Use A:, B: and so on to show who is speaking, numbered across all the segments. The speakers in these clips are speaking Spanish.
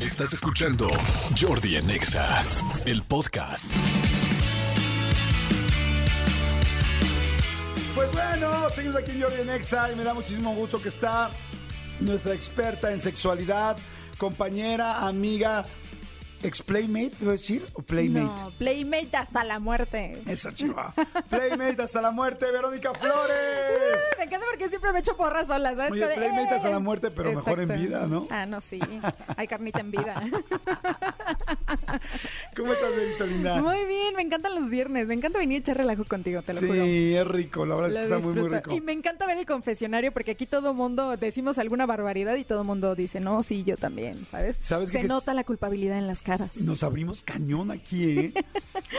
A: Estás escuchando Jordi en Exa, el podcast.
B: Pues bueno, seguimos aquí en Jordi en Exa y me da muchísimo gusto que está nuestra experta en sexualidad, compañera, amiga, ex-playmate, ¿debo decir? ¿O playmate?
C: No, Playmate hasta la muerte.
B: Esa chiva. Playmate hasta la muerte, Verónica Flores.
C: Me encanta porque siempre me echo porras sola, ¿sabes?
B: Oye,
C: Como de,
B: Playmate hasta
C: ¡eh!
B: la muerte, pero mejor en vida, ¿no?
C: Ah, no, sí. Hay carnita en vida.
B: ¿Cómo estás, Verita Linda?
C: Muy bien, me encantan los viernes. Me encanta venir a echar relajo contigo, te lo juro.
B: sí, es rico, la verdad es que
C: Lo
B: está muy, muy
C: disfruto.
B: rico.
C: Y me encanta ver el confesionario porque aquí todo mundo decimos alguna barbaridad y todo mundo dice, no, sí, yo también, ¿sabes?
B: ¿Sabes
C: Se
B: qué?
C: nota la culpabilidad en las caras.
B: Nos abrimos cañón aquí, ¿eh?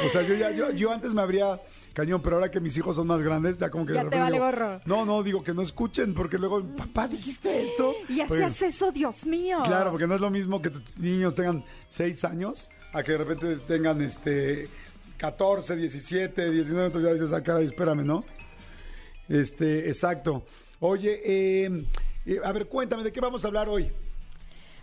B: O sea, yo ya, yo, yo antes me abría cañón, pero ahora que mis hijos son más grandes, ya como que de
C: Ya te
B: repente
C: vale
B: digo,
C: gorro.
B: No, no, digo que no escuchen, porque luego, papá, dijiste esto.
C: Y
B: Oye,
C: hacías eso, Dios mío.
B: Pues, Claro, porque no es lo mismo que tus niños tengan 6 años a que de repente tengan este 14, 17, 19, entonces ya dices, ah, caray, espérame, ¿no? Este, exacto. Oye, eh, eh, a ver, cuéntame, ¿de qué vamos a hablar hoy?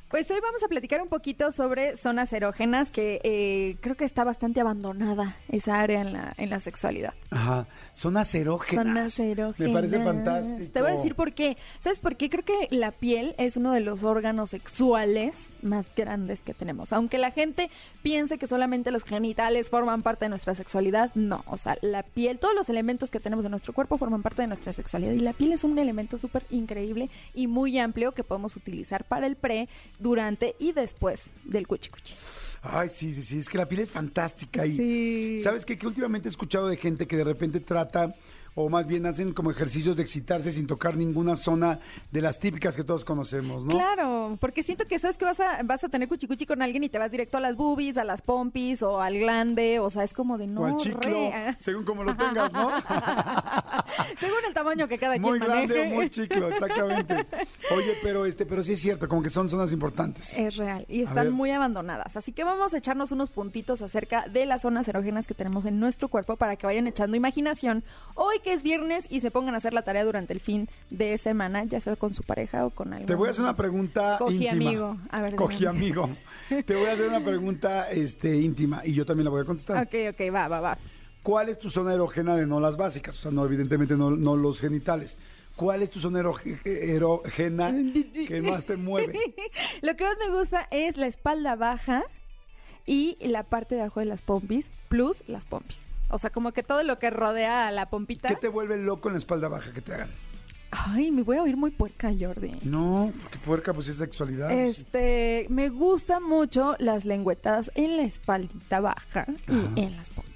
C: Pues hoy vamos a platicar un poquito sobre zonas erógenas, que eh, creo que está bastante abandonada esa área en la, en la sexualidad.
B: Ajá, zonas erógenas.
C: Zonas erógenas.
B: Me parece fantástico.
C: Te voy a decir por qué. ¿Sabes por qué? Creo que la piel es uno de los órganos sexuales más grandes que tenemos. Aunque la gente piense que solamente los genitales forman parte de nuestra sexualidad, no. O sea, la piel, todos los elementos que tenemos en nuestro cuerpo forman parte de nuestra sexualidad. Y la piel es un elemento súper increíble y muy amplio que podemos utilizar para el pre, durante y después del cuchicuchi.
B: Ay, sí, sí, sí, es que la piel es fantástica y
C: Sí.
B: ¿Sabes qué? Que últimamente he escuchado de gente que de repente trata o más bien hacen como ejercicios de excitarse sin tocar ninguna zona de las típicas que todos conocemos, ¿no?
C: Claro, porque siento que sabes que vas a, vas a tener cuchicuchi con alguien y te vas directo a las boobies, a las pompis o al glande, o sea, es como de no.
B: o al chiclo,
C: re-
B: según como lo tengas, ¿no?
C: Según el tamaño que cada
B: muy
C: quien
B: grande o
C: maneje.
B: muy chiclo, exactamente. Oye, pero este, pero sí es cierto, como que son zonas importantes.
C: Es real
B: A
C: y
B: ver.
C: están muy abandonadas. Así que vamos a echarnos unos puntitos acerca de las zonas erógenas que tenemos en nuestro cuerpo para que vayan echando imaginación hoy que es viernes y se pongan a hacer la tarea durante el fin de semana, ya sea con su pareja o con alguien.
B: Te voy a hacer una pregunta
C: Cogí
B: íntima.
C: amigo. A ver,
B: Cogí
C: dime.
B: amigo. Te voy a hacer una pregunta este, íntima y yo también la voy a contestar.
C: Ok, ok, va, va, va.
B: ¿Cuál es tu zona erógena de no las básicas? O sea, no, evidentemente no, no los genitales. ¿Cuál es tu zona eroge- erógena que más te mueve?
C: Lo que más me gusta es la espalda baja y la parte de abajo de las pompis, plus las pompis. O sea, como que todo lo que rodea a la pompita.
B: ¿Qué te vuelve loco en la espalda baja que te hagan?
C: Ay, me voy a oír muy puerca, Jordi.
B: No, porque puerca pues es sexualidad. pues, sí.
C: Este, me gusta mucho las lengüetas en la espaldita baja y
B: Ajá.
C: en las pompis.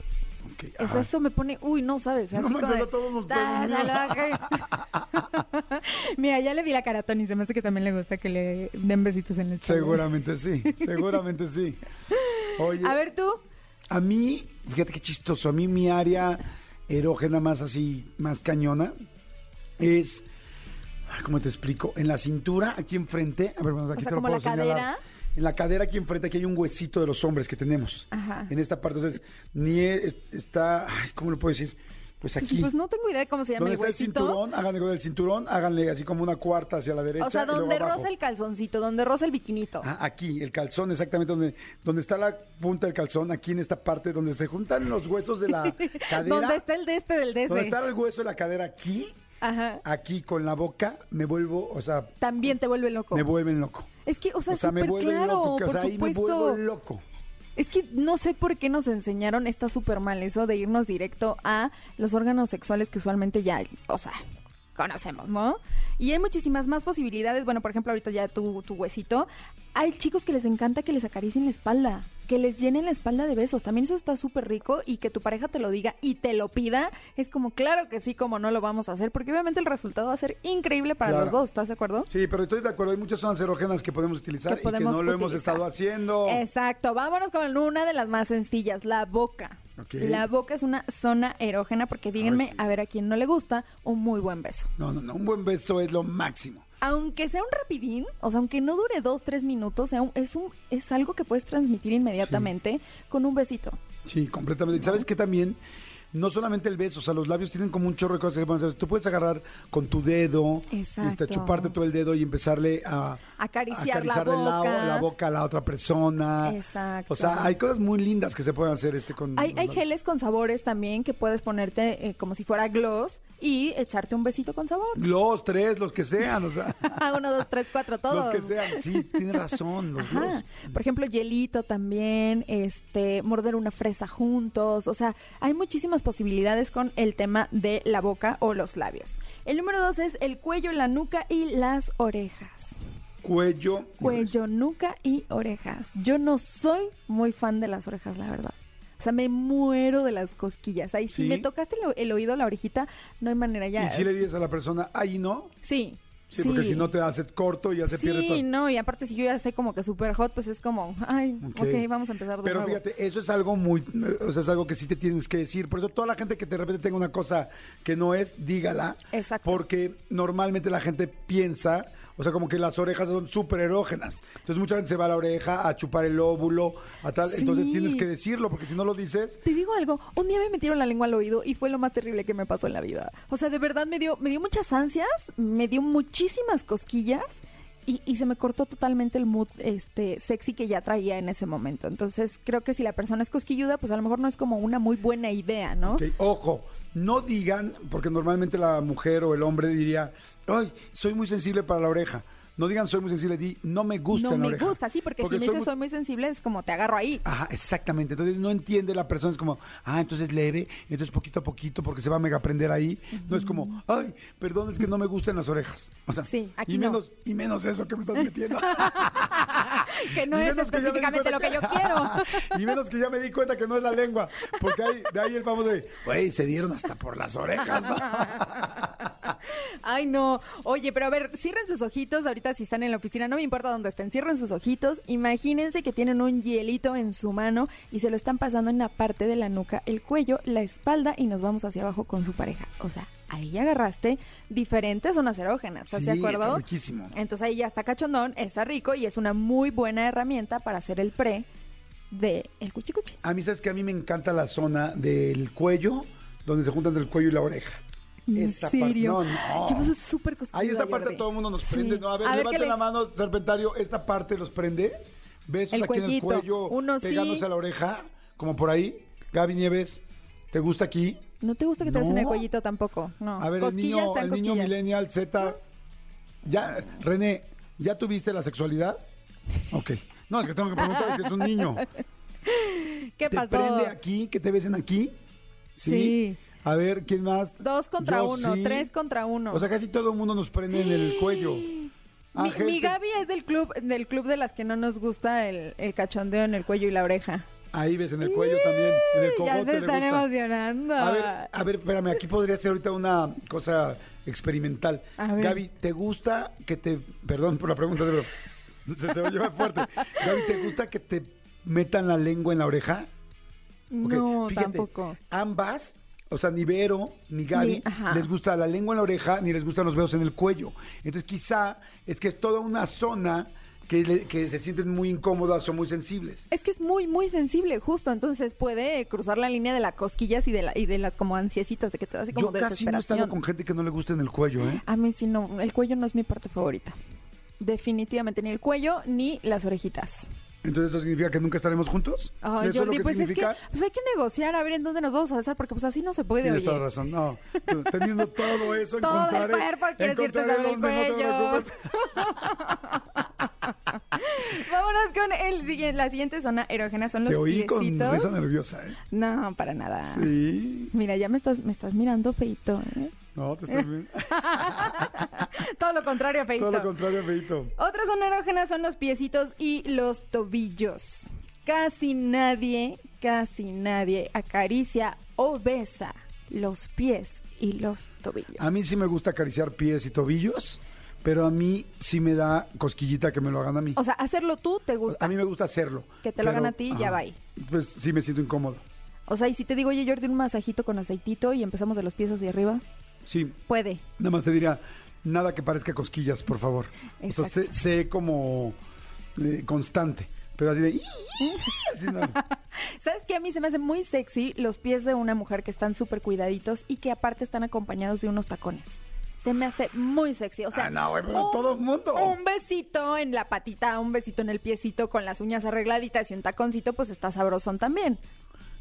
B: Ok, ah,
C: Es-
B: ajá.
C: eso me pone, uy, no sabes.
B: No
C: así
B: manches,
C: como de,
B: a todos nos
C: "Ta,
B: pone miedo".
C: salvaje. Mira, ya le vi la cara a Tony, se me hace que también le gusta que le den besitos en el
B: Seguramente sí, seguramente sí. Oye,
C: A ver tú,
B: a mí, fíjate qué chistoso, a mí mi área erógena más así, más cañona, es, ay, ¿cómo te explico? En la cintura, aquí enfrente, a ver, bueno, aquí
C: sea,
B: te lo
C: como
B: puedo
C: la
B: señalar.
C: cadera.
B: En la cadera aquí enfrente, aquí hay un huesito de los hombres que tenemos.
C: Ajá.
B: En esta parte, entonces, ni es- está, ay, ¿cómo lo puedo decir? Pues
C: Pues,
B: aquí.
C: pues no tengo idea de cómo se llama
B: ¿Dónde
C: el
B: está el
C: huesito.
B: cinturón? Háganle con el cinturón, háganle así como una cuarta hacia la derecha.
C: O sea,
B: y luego
C: donde
B: abajo.
C: roza el calzoncito, donde roza el biquinito.
B: Ah, aquí, el calzón, exactamente donde, donde está la punta del calzón, aquí en esta parte donde se juntan los huesos de la cadera.
C: donde está el de este del de
B: donde
C: ese.
B: está el hueso de la cadera aquí,
C: Ajá.
B: aquí con la boca, me vuelvo, o sea,
C: También te vuelve loco.
B: me vuelven loco.
C: Es que, o sea,
B: O sea, me
C: súper
B: vuelven
C: claro,
B: loco, que, o
C: por
B: sea, ahí me vuelvo
C: supuesto.
B: loco.
C: Es que no sé por qué nos enseñaron, está súper mal eso de irnos directo a los órganos sexuales que usualmente ya, o sea, conocemos, ¿no? Y hay muchísimas más posibilidades. Bueno, por ejemplo, ahorita ya tu, tu huesito. Hay chicos que les encanta que les acaricien la espalda, que les llenen la espalda de besos. También eso está súper rico y que tu pareja te lo diga y te lo pida. Es como, claro que sí, como no lo vamos a hacer, porque obviamente el resultado va a ser increíble para
B: Claro.
C: los dos, ¿estás de acuerdo?
B: Sí, pero estoy de acuerdo, hay muchas zonas erógenas que podemos utilizar
C: Que
B: y que no
C: podemos
B: lo hemos
C: utilizar.
B: estado haciendo.
C: Exacto, vámonos con una de las más sencillas, la boca.
B: Ok.
C: La boca es una zona erógena porque díganme,
B: sí.
C: a ver a quién no le gusta, un muy buen beso.
B: No, no, no, un buen beso es lo máximo.
C: Aunque sea un rapidín, o sea, aunque no dure dos, tres minutos, sea un- es, un, es algo que puedes transmitir inmediatamente con un besito.
B: Sí, completamente. ¿Sabes qué también? no solamente el beso, o sea, los labios tienen como un chorro de cosas que se pueden hacer. Tú puedes agarrar con tu dedo,
C: Exacto.
B: este, chuparte todo el dedo y empezarle a
C: Acariciar la
B: acariciarle la,
C: boca.
B: la boca a la otra persona.
C: Exacto.
B: O sea, hay cosas muy lindas que se pueden hacer este con
C: Hay,
B: los
C: hay
B: labios.
C: geles con sabores también que puedes ponerte eh, como si fuera gloss y echarte un besito con sabor.
B: Los tres, los que sean, o sea.
C: Uno, dos, tres, cuatro, todos.
B: Los que sean, sí, tiene razón, los
C: Ajá.
B: dos.
C: Por ejemplo, hielito también, este, morder una fresa juntos, o sea, hay muchísimas posibilidades con el tema de la boca o los labios. El número dos es el cuello, la nuca y las orejas.
B: Cuello.
C: Cuello, nuca y orejas. Yo no soy muy fan de las orejas, la verdad. O sea, me muero de las cosquillas. Ahí, si
B: Sí.
C: me tocaste el, o- el oído, la orejita, no hay manera ya.
B: Y si le dices a la persona, ay, no.
C: Sí.
B: Sí, porque si no te hace corto y ya se pierde todo.
C: Sí, no, y aparte si yo ya estoy como que súper hot, pues es como, ay, ok,
B: Ok.
C: vamos a empezar de
B: Pero
C: nuevo.
B: fíjate, eso es algo muy, o sea, es algo que sí te tienes que decir. Por eso toda la gente que de repente tenga una cosa que no es, dígala.
C: Exacto.
B: Porque normalmente la gente piensa, o sea, como que las orejas son súper erógenas. Entonces mucha gente se va a la oreja a chupar el óvulo, a tal.
C: Sí.
B: Entonces tienes que decirlo, porque si no lo dices,
C: Te digo algo, un día me metieron la lengua al oído y fue lo más terrible que me pasó en la vida. O sea, de verdad me dio, me dio muchas ansias, me dio muchísimas cosquillas y, y se me cortó totalmente el mood este, sexy que ya traía en ese momento. Entonces creo que si la persona es cosquilluda, pues a lo mejor no es como una muy buena idea, ¿no?
B: Ok, Ojo, no digan, porque normalmente la mujer o el hombre diría, ay, soy muy sensible para la oreja. No digan soy muy sensible, di no me gusta
C: no
B: en la
C: me
B: oreja".
C: gusta, sí, porque, si me
B: soy
C: dices soy muy sensible es como te agarro ahí.
B: Ajá, exactamente. Entonces no entiende la persona, es como, ah, entonces leve, entonces poquito a poquito, porque se va a mega aprender ahí. No es como, ay, perdón, es que no me gustan las orejas. O sea,
C: Sí, aquí
B: y
C: no.
B: menos, y menos eso que me estás metiendo.
C: que no
B: Y
C: es
B: menos que ya me di
C: específicamente lo que yo
B: cuenta
C: quiero.
B: y menos que ya me di cuenta que no es la lengua. Porque hay, de ahí el famoso de, güey, se dieron hasta por las orejas. ¿no?".
C: Ay, no. Oye, pero a ver, cierren sus ojitos. Ahorita si están en la oficina, no me importa dónde estén, cierren sus ojitos. Imagínense que tienen un hielito en su mano y se lo están pasando en la parte de la nuca, el cuello, la espalda y nos vamos hacia abajo con su pareja. O sea, ahí ya agarraste diferentes zonas erógenas. ¿Estás
B: Sí,
C: de acuerdo?
B: está riquísimo.
C: Entonces ahí ya está cachondón, está rico y es una muy buena herramienta para hacer el pre de el cuchicuchi.
B: A mí, ¿sabes que A mí me encanta la zona del cuello, donde se juntan el cuello y la oreja.
C: ¿En
B: Esta parte-
C: serio?
B: no, no.
C: Yo me soy súper cosquilluda,
B: Ahí esta parte
C: Jordi.
B: todo el mundo nos
C: Sí.
B: prende, ¿no? A ver, levante
C: ¿qué le-
B: la mano, serpentario. Esta parte los prende. Besos
C: El
B: aquí en el
C: cuellito.
B: cuello,
C: Uno sí.
B: pegándose a la oreja, como por ahí. Gaby Nieves, ¿te gusta aquí?
C: No te gusta que te
B: No.
C: besen el cuellito tampoco. No.
B: A ver, el
C: Cosquillas
B: niño,
C: tan
B: el niño
C: cosquillas.
B: millennial Z. Ya, René, ¿ya tuviste la sexualidad? Ok. No, es que tengo que preguntar, que es un niño.
C: ¿Qué
B: te
C: pasó?
B: prende aquí, que te besen aquí. Sí.
C: Sí.
B: A ver, ¿quién más?
C: Dos contra
B: Yo
C: uno,
B: sí.
C: tres contra uno.
B: O sea, Ah, casi todo el mundo nos prende en el cuello.
C: mi,
B: Ángel,
C: mi
B: te-
C: Gaby es del club, del club de las que no nos gusta el, el cachondeo en el cuello y la oreja.
B: Ahí ves en el cuello también, en el
C: ya
B: cogote
C: se
B: le
C: están
B: gusta.
C: emocionando.
B: A ver, ah, a ver, espérame, aquí podría ser ahorita una cosa experimental.
C: A ver.
B: Gaby, ¿te gusta que te... Perdón por la pregunta, pero se, se oye fuerte. Gaby, ¿te gusta que te metan la lengua en la oreja? Ok,
C: No,
B: fíjate,
C: tampoco.
B: Ambas, o sea, ni Vero ni Gaby
C: Ni- ajá.
B: les gusta la lengua en la oreja ni les gustan los dedos en el cuello. Entonces, quizá es que es toda una zona que, le- que se sienten muy incómodas o muy sensibles.
C: Es que es muy, muy sensible, justo. Entonces puede cruzar la línea de las cosquillas y de, la, y de las como ansiecitas de que te da así como
B: Yo casi no he
C: desesperación.
B: estado con gente que no le gusta en el cuello, ¿eh?
C: A mí sí no, el cuello no es mi parte favorita. Definitivamente, ni el cuello ni las orejitas.
B: Entonces, ¿eso significa que nunca estaremos juntos? ¿Eso
C: Ay,
B: es lo
C: Jordi,
B: que
C: pues
B: significa?
C: es que pues hay que negociar a ver en dónde nos vamos a besar, porque pues así no se puede,
B: Tienes
C: oye.
B: toda la razón, no. Teniendo todo eso,
C: Todo el
B: encontraré,
C: cuerpo, quieres irte
B: encontraré
C: sobre el
B: donde, no te
C: cuello.
B: preocupes.
C: Vámonos con el siguiente, la siguiente zona erógena, son los
B: Te oí con
C: piecitos. Ah.
B: risa nerviosa, ¿eh?
C: No, para nada.
B: Sí.
C: Mira, ya me estás, me estás mirando feito. ¿eh?
B: No, te estoy bien.
C: Todo lo contrario, feito.
B: Todo lo contrario, Feito.
C: Otras son erógenas son los piecitos y los tobillos. Casi nadie, casi nadie acaricia o besa los pies y los tobillos.
B: A mí sí me gusta acariciar pies y tobillos, pero a mí sí me da cosquillita que me lo hagan a mí.
C: O sea, hacerlo tú te gusta.
B: a mí me gusta hacerlo.
C: Que te lo hagan a ti, ya va ahí.
B: Pues sí me siento incómodo.
C: O sea, y si te digo, oye, Jordi, un masajito con aceitito y empezamos de los pies hacia arriba,
B: Sí,
C: puede.
B: nada más te diría, nada que parezca cosquillas, por favor. O sea, sé,
C: Exacto.
B: sé como eh, constante, pero así de... así no.
C: ¿Sabes qué? A mí se me hace muy sexy los pies de una mujer que están súper cuidaditos y que aparte están acompañados de unos tacones. Se me hace muy sexy. O sea,
B: Ah, no, güey, pero todo el mundo.
C: Un besito en la patita, un besito en el piecito con las uñas arregladitas y un taconcito, pues está sabrosón también.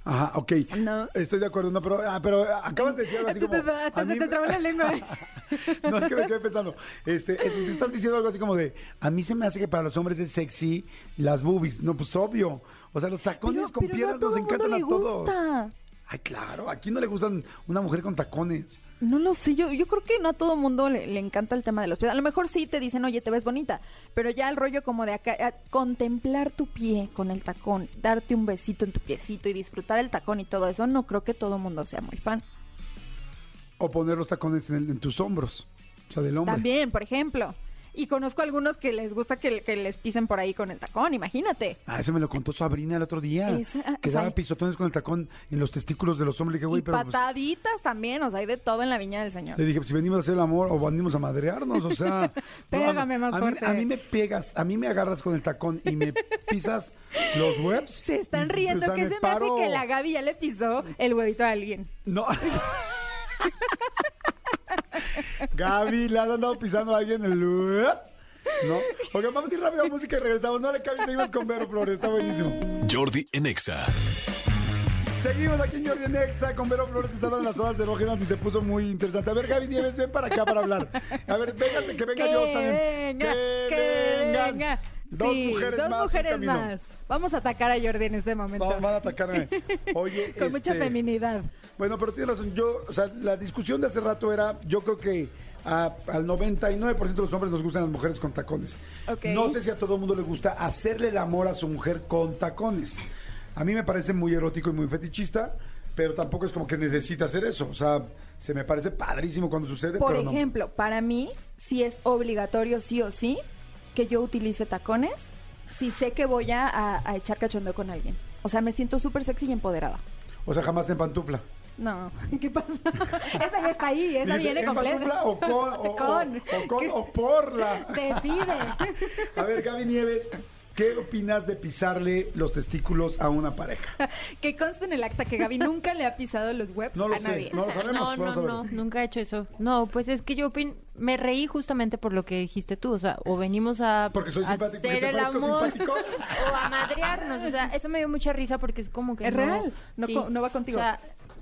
B: Ajá, ok.
C: No.
B: Estoy de acuerdo, no, pero, ah, pero acabas de decir algo así como...
C: ah, Hasta
B: a
C: se
B: mí-
C: te trabó la lengua.
B: no, es que me quedé pensando. Este, eso sí estás diciendo algo así como de, a mí se me hace que para los hombres es sexy las boobies. No, pues obvio. O sea, los tacones con
C: pero
B: piedras
C: no a todo
B: nos
C: el mundo
B: encantan
C: le
B: a todos.
C: gusta.
B: Ay, claro, ¿a quién no le gustan una mujer con tacones?
C: No lo sé, yo, yo creo que no a todo mundo le, le encanta el tema de los pies. A lo mejor sí te dicen, oye, te ves bonita, pero ya el rollo como de acá, a- contemplar tu pie con el tacón, darte un besito en tu piecito y disfrutar el tacón y todo eso, no creo que todo mundo sea muy fan.
B: O poner los tacones en, el- en tus hombros, o sea, del hombre.
C: También, por ejemplo. Y conozco algunos que les gusta que, que les pisen por ahí con el tacón, imagínate.
B: Ah, eso me lo contó Sabrina el otro día.
C: Esa- ah,
B: que
C: o sea,
B: daba pisotones con el tacón en los testículos de los hombres. Le dije, güey,
C: y
B: pero pues,
C: pataditas también, o sea, hay de todo en la viña del señor.
B: le dije, pues, si venimos a hacer el amor o venimos a madrearnos, o sea. no, a-
C: Pégame más
B: a mí-
C: fuerte.
B: A mí me pegas, a mí me agarras con el tacón y me pisas los webs.
C: Se están
B: y,
C: riendo,
B: pues, o sea,
C: que
B: me
C: se
B: paro.
C: me hace que la Gaby ya le pisó el huevito a alguien.
B: No. Gaby, le has andado pisando a alguien el web. No. Ok, vamos a ir rápido a música y regresamos. No le cambies, seguimos con Vero Flores, está buenísimo.
A: Jordi en Exa.
B: Seguimos aquí en Jordi Nexa con Vero Flores que está hablando de las horas erógenas y se puso muy interesante. A ver, Gaby Nieves, ven para acá para hablar. A ver, véngase, que venga
C: que
B: yo también.
C: venga, que
B: vengan.
C: venga.
B: Dos
C: Sí,
B: mujeres
C: dos
B: más. en
C: mujeres
B: camino.
C: más. Vamos a atacar a Jordi en este momento.
B: Va- van a atacarme. Oye,
C: Con mucha
B: este,
C: feminidad.
B: Bueno, pero tienes razón. Yo, o sea, la discusión de hace rato era, yo creo que a- al 99% de los hombres nos gustan las mujeres con tacones.
C: Ok.
B: No sé si a todo el mundo le gusta hacerle el amor a su mujer con tacones. A mí me parece muy erótico y muy fetichista, pero tampoco es como que necesita hacer eso. O sea, se me parece padrísimo cuando sucede,
C: Por
B: pero no.
C: ejemplo, para mí, si es obligatorio sí o sí que yo utilice tacones, si sé que voy a, a- a echar cachondeo con alguien. O sea, me siento súper sexy y empoderada.
B: O sea, jamás en pantufla.
C: No, ¿qué pasa? esa ya está ahí, esa
B: Dice,
C: viene
B: ¿en
C: completa.
B: pantufla o con o,
C: Con.
B: o- o con o por la?
C: Decide.
B: A ver, Gaby Nieves, ¿qué opinas de pisarle los testículos a una pareja?
C: Que conste en el acta que Gaby nunca le ha pisado los webs
B: No lo
C: a
B: sé,
C: nadie.
B: no lo
D: No,
B: sabemos.
D: no,
B: vamos a
D: no,
B: ver.
D: nunca he hecho eso. No, pues es que yo opin- me reí justamente por lo que dijiste tú, o sea, o venimos a
B: Porque soy
D: a
B: simpático, porque
D: hacer
B: te
D: el
B: parezco
D: amor
B: simpático.
D: o a madrearnos, o sea, eso me dio mucha risa porque es como que
C: Es
D: no,
C: real, no co- no va contigo.
D: O sea,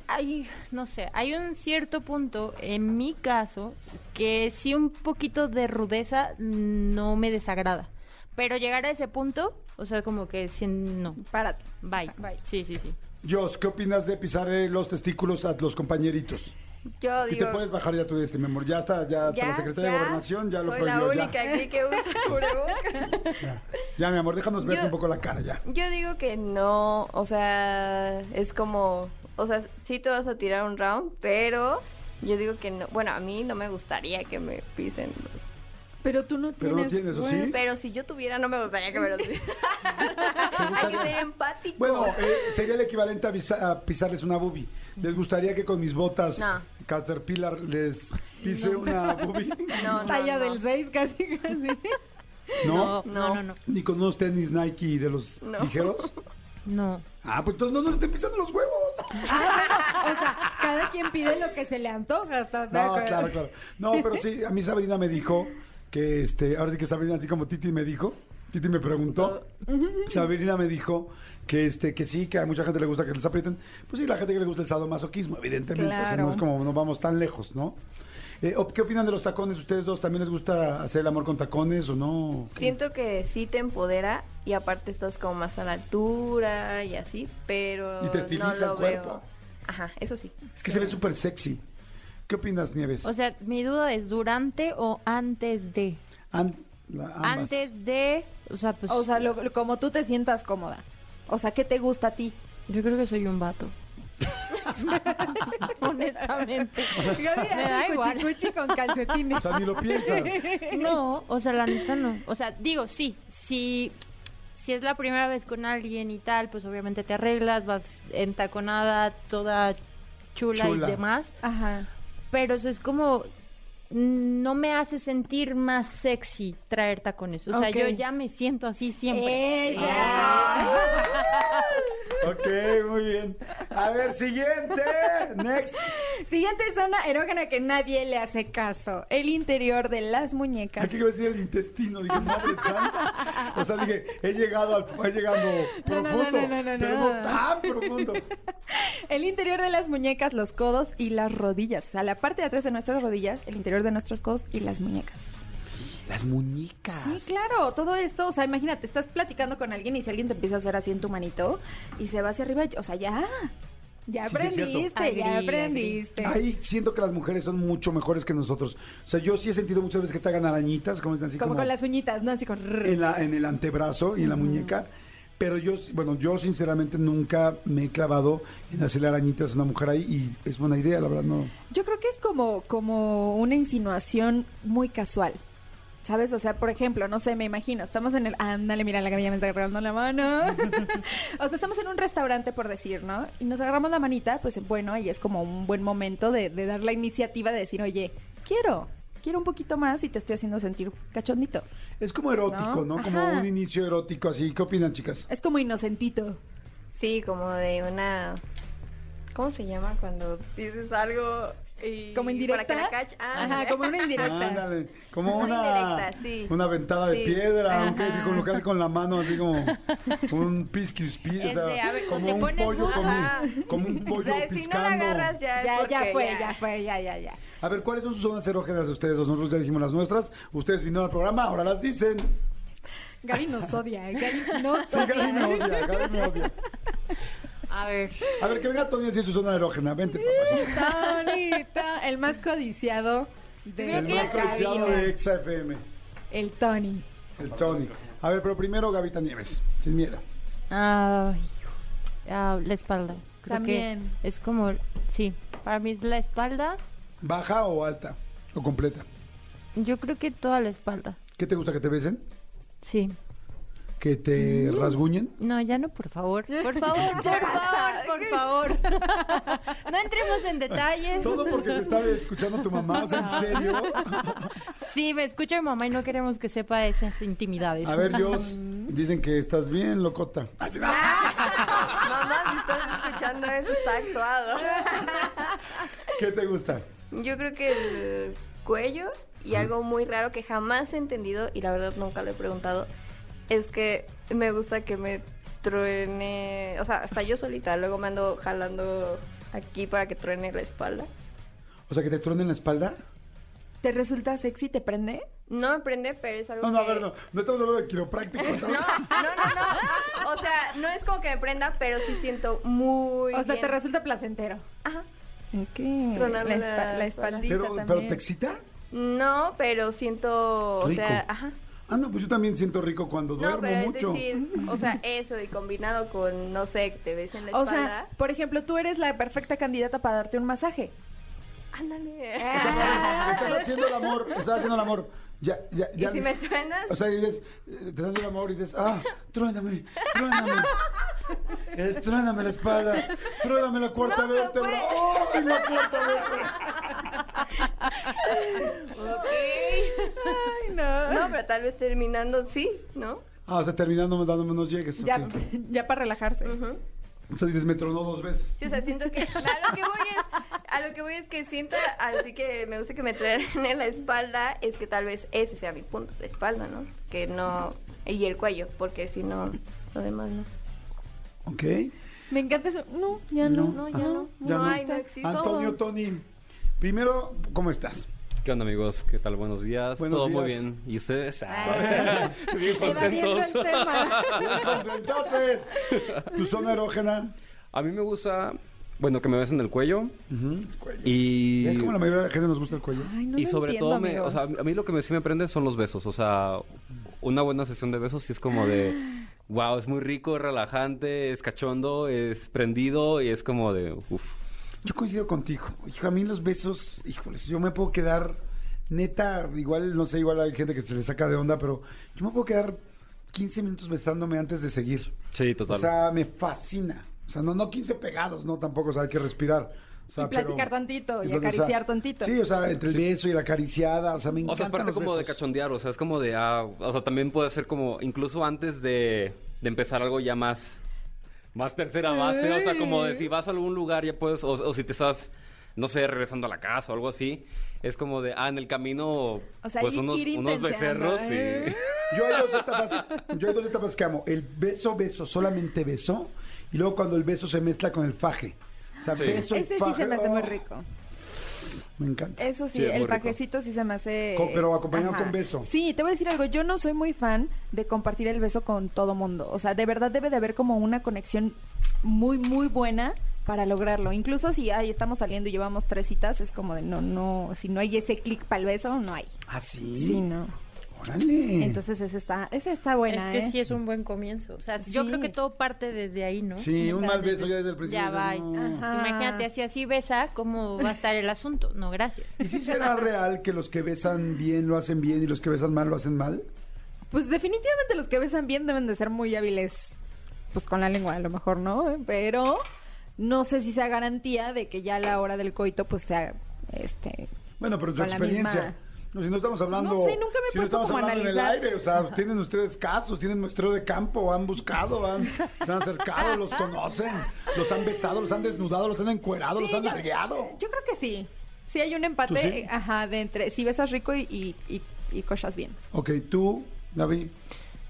D: hay, no sé, hay un cierto punto en mi caso que sí un poquito de rudeza no me desagrada, pero llegar a ese punto, o sea, como que sí, no,
C: Párate.
D: bye,
C: Bye.
D: sí, sí, sí.
B: Jos, ¿qué opinas de pisarle los testículos a los compañeritos?
E: Yo
B: Y te
E: digo,
B: puedes bajar ya tú de este, mi amor. Ya está, ya, hasta
E: ya,
B: la secretaria de
E: ya,
B: Gobernación ya lo
E: soy la
B: prohibió.
E: única
B: Ya,
E: aquí que usa cubrebocas.
B: ya, Ya, mi amor, déjanos verte
E: Yo-
B: un poco la cara ya.
E: Yo digo que no, o sea, es como, o sea, sí te vas a tirar un round, pero yo digo que no, bueno, a mí no me gustaría que me pisen los...
C: Pero tú no
B: Pero no
C: tienes.
B: tienes, ¿o
C: webs.
B: sí?
E: Pero si yo tuviera, no me gustaría que me los pisen. Hay que ser empático.
B: Bueno, eh, sería el equivalente a, pisa- a pisarles una boobie. ¿Les gustaría que con mis botas
E: No.
B: Caterpillar les pise una boobie?
E: no, no,
C: Talla
E: no.
C: del 6, casi, casi.
B: ¿No?
D: no, no, no.
B: ¿Ni con unos tenis Nike de los
E: No.
B: ligeros?
D: no.
B: Ah, pues entonces no nos estén pisando los huevos.
C: Ah, bueno, o sea, cada quien pide lo que se le antoja, ¿estás de
B: No,
C: acuerdo?
B: claro, claro. No, pero sí, a mí Sabrina me dijo que, este, ahora sí que Sabrina, así como Titi me dijo, Titi me preguntó, Sabrina me dijo que, este, que sí, que a mucha gente le gusta que les aprieten. Pues sí, la gente que le gusta el sadomasoquismo, evidentemente. O sea,
C: Claro.
B: no es como, no vamos tan lejos, ¿no? Eh, ¿o ¿Qué opinan de los tacones? ¿Ustedes dos también les gusta hacer el amor con tacones o no?
E: Siento que sí te empodera y aparte estás como más a la altura y así, pero
B: Y te estiliza
E: no
B: el
E: lo
B: cuerpo.
E: veo. Ajá, eso sí.
B: Es que se ve súper sexy. ¿Qué opinas, Nieves?
D: O sea, mi duda es durante o antes de.
B: An- la- ambas.
D: Antes de, o sea, pues
C: O sea, lo- lo- como tú te sientas cómoda. O sea, ¿qué te gusta a ti?
D: yo creo que soy un vato. Honestamente.
C: Me da
D: igual.
C: con calcetines.
B: O sea, ni lo piensas.
D: No, o sea, la neta no. O sea, digo, sí, si si es la primera vez con alguien y tal, pues obviamente te arreglas, vas entaconada, toda chula,
B: Chula.
D: y demás,
C: Ajá.
D: pero o sea, es como mm, no me hace sentir más sexy traer tacones. O sea,
C: Ok. Eh,
D: yo ya me siento así siempre.
C: Ella.
B: Ok, Ok, muy bien. A ver, siguiente. Next.
C: Siguiente zona erógena que nadie le hace caso. El interior de las muñecas.
B: Aquí que decir el intestino. Dije, madre santa. O sea, dije, he llegado al, he llegando
C: No, no, no,
B: profundo.
C: no, no, no,
B: pero no
C: no.
B: tan profundo.
C: El interior de las muñecas, los codos y las rodillas. O sea, la parte de atrás de nuestras rodillas, el interior de nuestros codos y las muñecas.
B: Las muñecas.
C: Sí, claro, todo esto, o sea, imagínate, estás platicando con alguien y si alguien te empieza a hacer así en tu manito y se va hacia arriba, o sea, ya, ya
B: Sí, sí, es cierto.
C: aprendiste,
D: Agri,
C: ya
D: agri.
C: aprendiste.
B: Ahí siento que las mujeres son mucho mejores que nosotros. O sea, yo sí he sentido muchas veces que te hagan arañitas, como dicen así
C: como,
B: como,
C: con las uñitas, ¿no? Así con...
B: en, la- en el antebrazo y en la muñeca. Pero yo, bueno, yo sinceramente nunca me he clavado en hacerle arañitas a una mujer ahí y es buena idea, la verdad no.
C: Yo creo que es como, como una insinuación muy casual. ¿Sabes? O sea, por ejemplo, no sé, me imagino, estamos en el... Ándale, mira, la camilla me está agarrando la mano. o sea, estamos en un restaurante, por decir, ¿no? Y nos agarramos la manita, pues bueno, ahí es como un buen momento de, de dar la iniciativa de decir, oye, quiero, quiero un poquito más y te estoy haciendo sentir cachondito.
B: Es como erótico, ¿no?
C: ¿No?
B: Como
C: Ajá.
B: un inicio erótico así. ¿Qué opinan, chicas?
C: Es como inocentito.
E: Sí, como de una. ¿Cómo se llama cuando dices algo y.
C: Como indirecta.
E: Para que la cache? Ah,
C: Ajá, como una indirecta.
B: Ándale, como
E: Una
B: una,
E: indirecta, sí.
B: una ventada de
E: Sí.
B: piedra,
C: Ajá.
B: aunque es que con lo que hace con la mano, así como, como un pisquis pis, o
D: Es de,
B: sea,
D: a ver, o te
B: como un
D: pones
B: pollo, como,
E: buzo.
B: un- como un
E: O
B: pollo
E: sea, si no la
B: piscando.
E: agarras ya. es
C: Ya, ya
E: porque
C: fue, ya fue, ya, ya, ya.
B: A ver, ¿cuáles son sus zonas erógenas de ustedes? dos? Nosotros ya dijimos las nuestras, ustedes vinieron al programa, ahora las dicen.
C: Gaby nos odia, Gaby no
B: Sí, Gaby me odia, Gaby me odia.
D: A ver.
B: A ver, que venga Tony a decir su zona erógena, vente, papacito.
C: Tonita, el más codiciado de
D: Creo
B: El
D: que
B: más
D: ya
B: codiciado de Exa FM,
C: El Tony.
B: el Tony. A ver, pero primero Gavita Nieves, sin miedo.
D: Ay, hijo. Ah, la espalda. Creo
C: También.
D: Que es como, sí, para mí es la espalda.
B: ¿Baja o alta? ¿O completa?
D: Yo creo que toda la espalda.
B: ¿Qué te gusta que te besen?
D: Sí.
B: ¿Que te rasguñen?
D: No, ya no, por favor. Por
C: Por
D: favor, por
C: favor, por favor.
D: No entremos en detalles.
B: Todo porque te estaba escuchando tu mamá, o sea, ¿en serio?
D: Sí, me escucha mi mamá y no queremos que sepa esas intimidades.
B: A ver, Dios, dicen que estás bien, locota. Así,
E: Mamá, si estás escuchando eso, está actuado.
B: ¿Qué te gusta?
E: Yo creo que el cuello y algo muy raro que jamás he entendido y la verdad nunca le he preguntado es que me gusta que me truene, o sea, hasta yo solita, luego me ando jalando aquí para que truene la espalda.
B: O sea, que te truenen la espalda.
C: ¿Te resulta sexy? ¿Te prende?
E: No me prende, pero es algo
B: No, no, a
E: que-
B: ver, no. No estamos hablando de quiropráctico. estamos-
E: No, no, no. O sea, no es como que me prenda, pero sí siento muy
C: o sea,
E: bien.
C: ¿te resulta placentero?
E: Ajá.
C: Ok. La,
E: Tronarme la
C: espa- la
E: espalda.
C: espaldita
B: Pero,
C: también.
B: ¿Pero te excita?
E: No, pero siento,
B: Rico.
E: o sea, ajá.
B: Ah, no, pues yo también siento rico cuando
E: No,
B: duermo
E: pero es
B: mucho.
E: decir, o sea, eso y combinado con, no sé, que te ves en la
C: o
E: espalda.
C: sea, por ejemplo, tú eres la perfecta candidata para darte un masaje.
E: ándale.
C: eh.
B: Estás haciendo el amor, estás haciendo el amor. Ya, ya,
E: y
B: ya.
E: si me truenas,
B: O sea, y dices, eh, te estás haciendo el amor y dices, ah, truéname, truéname. Es, truéname la espalda, truéname la cuarta vértebra. ¡Ay, la cuarta vértebra!
E: ok. no. pero tal vez terminando, sí, ¿no?
B: Ah, o sea, terminando dándome unos llegues.
C: Ya,
B: ok.
C: ya para relajarse.
B: O sea, dices, me tronó dos veces.
E: Sí, o sea, siento que a lo que voy es, a lo que voy es que siento, así que me gusta que me traen en la espalda, es que tal vez ese sea mi punto, la espalda, ¿no? Que no, y el cuello, porque si no, lo demás no.
B: Ok.
C: Me encanta eso. No, ya no.
B: No, Ah,
C: ya
E: no.
B: Ya no.
E: Ay, no existe.
B: Antonio, Tony, primero, ¿cómo estás?
F: ¿Qué onda amigos? ¿Qué tal? Buenos días.
B: Buenos
F: Todo muy
B: días.
F: bien. ¿Y ustedes?
C: Ah.
F: bien
C: Se va viendo el
F: contentos.
C: tema.
B: ¡Completates! ¿Tu zona erógena?
F: A mí me gusta, bueno, que me besen el cuello
B: Ujú, cuello.
F: y...
B: Es como la mayoría de la gente nos gusta el cuello.
C: Ay, no
F: y
C: lo
F: sobre
C: entiendo,
F: todo, me, o
C: amigos.
F: sea, a mí lo que me, sí me prende son los besos. O sea, una buena sesión de besos sí es como de, wow, es muy rico, es relajante, es cachondo, es prendido y es como de, uff.
B: Yo coincido contigo. Hijo, a mí los besos, híjoles, yo me puedo quedar, neta, igual, no sé, igual hay gente que se le saca de onda, pero yo me puedo quedar 15 minutos besándome antes de seguir.
F: Sí, total.
B: O sea, me fascina. O sea, no, no 15 pegados, no, tampoco, o sea, hay que respirar. O sea,
C: Y platicar tantito, y acariciar tantito.
B: Sí, o sea, entre el
F: Sí.
B: beso y la acariciada, o sea, me encanta.
F: O sea, es parte como de cachondear, o sea, es como de, ah, o sea, también puede ser como, incluso antes de, de empezar algo ya más, más tercera base, o sea, como de si vas a algún lugar ya puedes, o, o si te estás, no sé, regresando a la casa o algo así, es como de, ah, en el camino,
C: O sea,
F: pues
C: ir-
F: unos,
C: ir
F: unos
C: intenseando,
F: becerros
C: ¿eh?
B: Yo hay dos etapas, yo hay dos etapas que amo. El beso, beso, solamente beso. Y luego cuando el beso se mezcla con el faje. O sea,
F: Sí.
B: beso y
C: Ese sí
B: faje,
C: se me hace muy
B: oh,
C: rico.
B: Me encanta.
C: Eso sí,
F: Sí, es muy
C: el
F: rico.
C: paquecito sí se me hace...
B: Co- pero acompañado con beso.
C: Sí, te voy a decir algo. Yo no soy muy fan de compartir el beso con todo mundo. O sea, de verdad debe de haber como una conexión muy, muy buena para lograrlo. Incluso si ay, estamos saliendo y llevamos tres citas, es como de no, no... Si no hay ese clic para el beso, no hay.
B: ¿Ah, sí?
C: Sí, no.
B: Órale.
C: Entonces esa está, esa está buena,
D: es que
C: ¿eh?
D: sí es un buen comienzo. O sea, yo
C: Sí.
D: creo que todo parte desde ahí, ¿no?
B: sí,
D: O
B: un
D: sea,
B: mal
D: desde-
B: beso ya desde el principio.
D: Ya
B: o sea,
D: va.
B: no.
C: Ajá.
D: Imagínate, así así besa, ¿cómo va a estar el asunto? No, gracias.
B: ¿Y si será real que los que besan bien lo hacen bien y los que besan mal lo hacen mal?
C: Pues definitivamente los que besan bien deben de ser muy hábiles, pues con la lengua a lo mejor, ¿no? ¿eh? Pero no sé si sea garantía de que ya a la hora del coito pues sea, este...
B: Bueno, pero tu
C: Con la
B: experiencia.
C: misma-
B: No, si no estamos hablando.
C: No sé, nunca me he
B: si no
C: puesto
B: estamos
C: como a
B: hablando en el
C: analizar.
B: aire. O sea, tienen ustedes casos, tienen muestreo de campo, han buscado, han, se han acercado, los conocen, los han besado, los han desnudado, los han encuerado, los
C: Sí,
B: han
C: yo-
B: largueado.
C: Yo creo que sí. Sí hay un
B: ¿Tú sí?
C: empate, eh, ajá, de entre si besas rico y, y, y- y cochas bien.
B: Ok, tú, Gaby.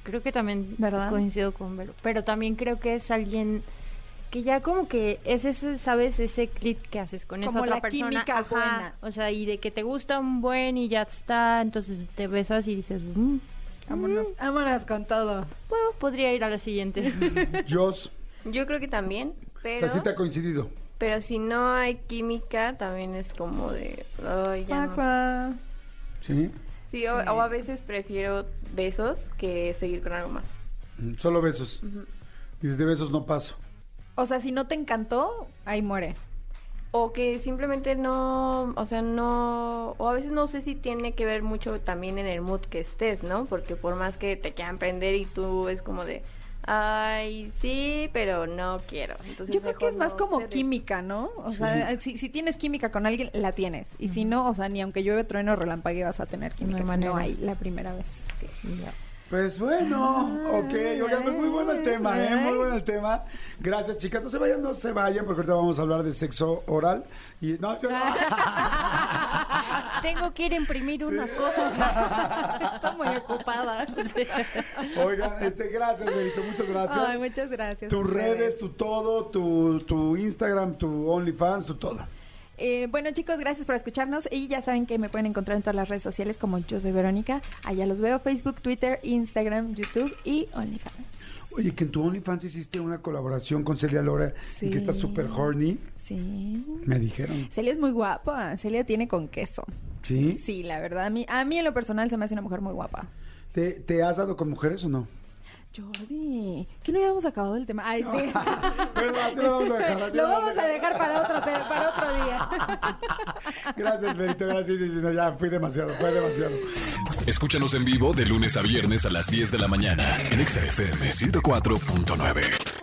D: Creo que también
C: ¿Verdad?
D: coincido con Vero. Pero también creo que es alguien que ya como que es ese, ¿sabes? Ese clip que haces con esa
C: Como
D: otra
C: la
D: persona.
C: química
D: Ajá.
C: buena.
D: O sea, y de que te gusta un buen y ya está. Entonces te besas y dices, "Mm,
C: Vámonos, vámonos con todo.
D: bueno, podría ir a la siguiente.
B: Jos,
E: Yo creo que también, pero,
B: así te ha coincidido.
E: pero si no hay química, también es como de. Ay,
C: Ah,
E: ya no".
C: Cuacua.
B: ¿Sí?
E: Sí, o, o a veces prefiero besos que seguir con algo más.
B: Mm, Solo besos. Dices, de besos no paso.
C: O sea, si no te encantó, ahí muere.
E: O que simplemente no, o sea, no, o a veces no sé si tiene que ver mucho también en el mood que estés, ¿no? Porque por más que te quieran prender y tú es como de, ay, sí, pero no quiero.
D: Pues
E: Entonces,
C: Yo creo que
E: mejor
C: es más
E: no
C: como
E: se de-
C: química, ¿no? O sea, si, si tienes química con alguien, la tienes. Y si no, o sea, ni aunque llueve trueno o relampague vas a tener
D: No hay
C: química. si No
D: manera.
C: hay la primera vez.
D: Y ya.
B: Pues bueno,
C: Ah,
B: ok, oigan, pues muy bueno el tema, ¿eh? Muy bueno el tema. Gracias, chicas. No se vayan, no se vayan, porque ahorita vamos a hablar de sexo oral. Y no, yo
D: Tengo que ir a imprimir unas cosas.
C: Está muy ocupada.
B: Oigan, este, gracias, Benito, muchas gracias.
C: Ay, muchas gracias.
B: Tus
C: ustedes.
B: redes, tu todo, tu, tu Instagram, tu OnlyFans, tu todo.
C: Eh, bueno, chicos, gracias por escucharnos. Y ya saben que me pueden encontrar en todas las redes sociales como Yo soy Verónica. Allá los veo: Facebook, Twitter, Instagram, YouTube y OnlyFans.
B: Oye, que en tu OnlyFans hiciste una colaboración con Celia Lora y que
C: Sí.
B: está súper horny,
C: Sí.
B: me dijeron.
C: Celia es muy guapa. Celia tiene con queso.
B: ¿Sí?
C: Sí, la verdad. A mí, a mí en lo personal se me hace una mujer muy guapa.
B: ¿Te, te has dado con mujeres o no?
C: Jordi, que no habíamos acabado el tema. Ay, sí.
B: Bueno, así lo vamos a dejar. así
C: Lo vamos a dejar para otro, te- para otro día.
B: Gracias, Benito, gracias. sí, sí, no, ya fui demasiado, fue demasiado.
A: Escúchanos en vivo de lunes a viernes a las 10 de la mañana en Exa FM 104.9.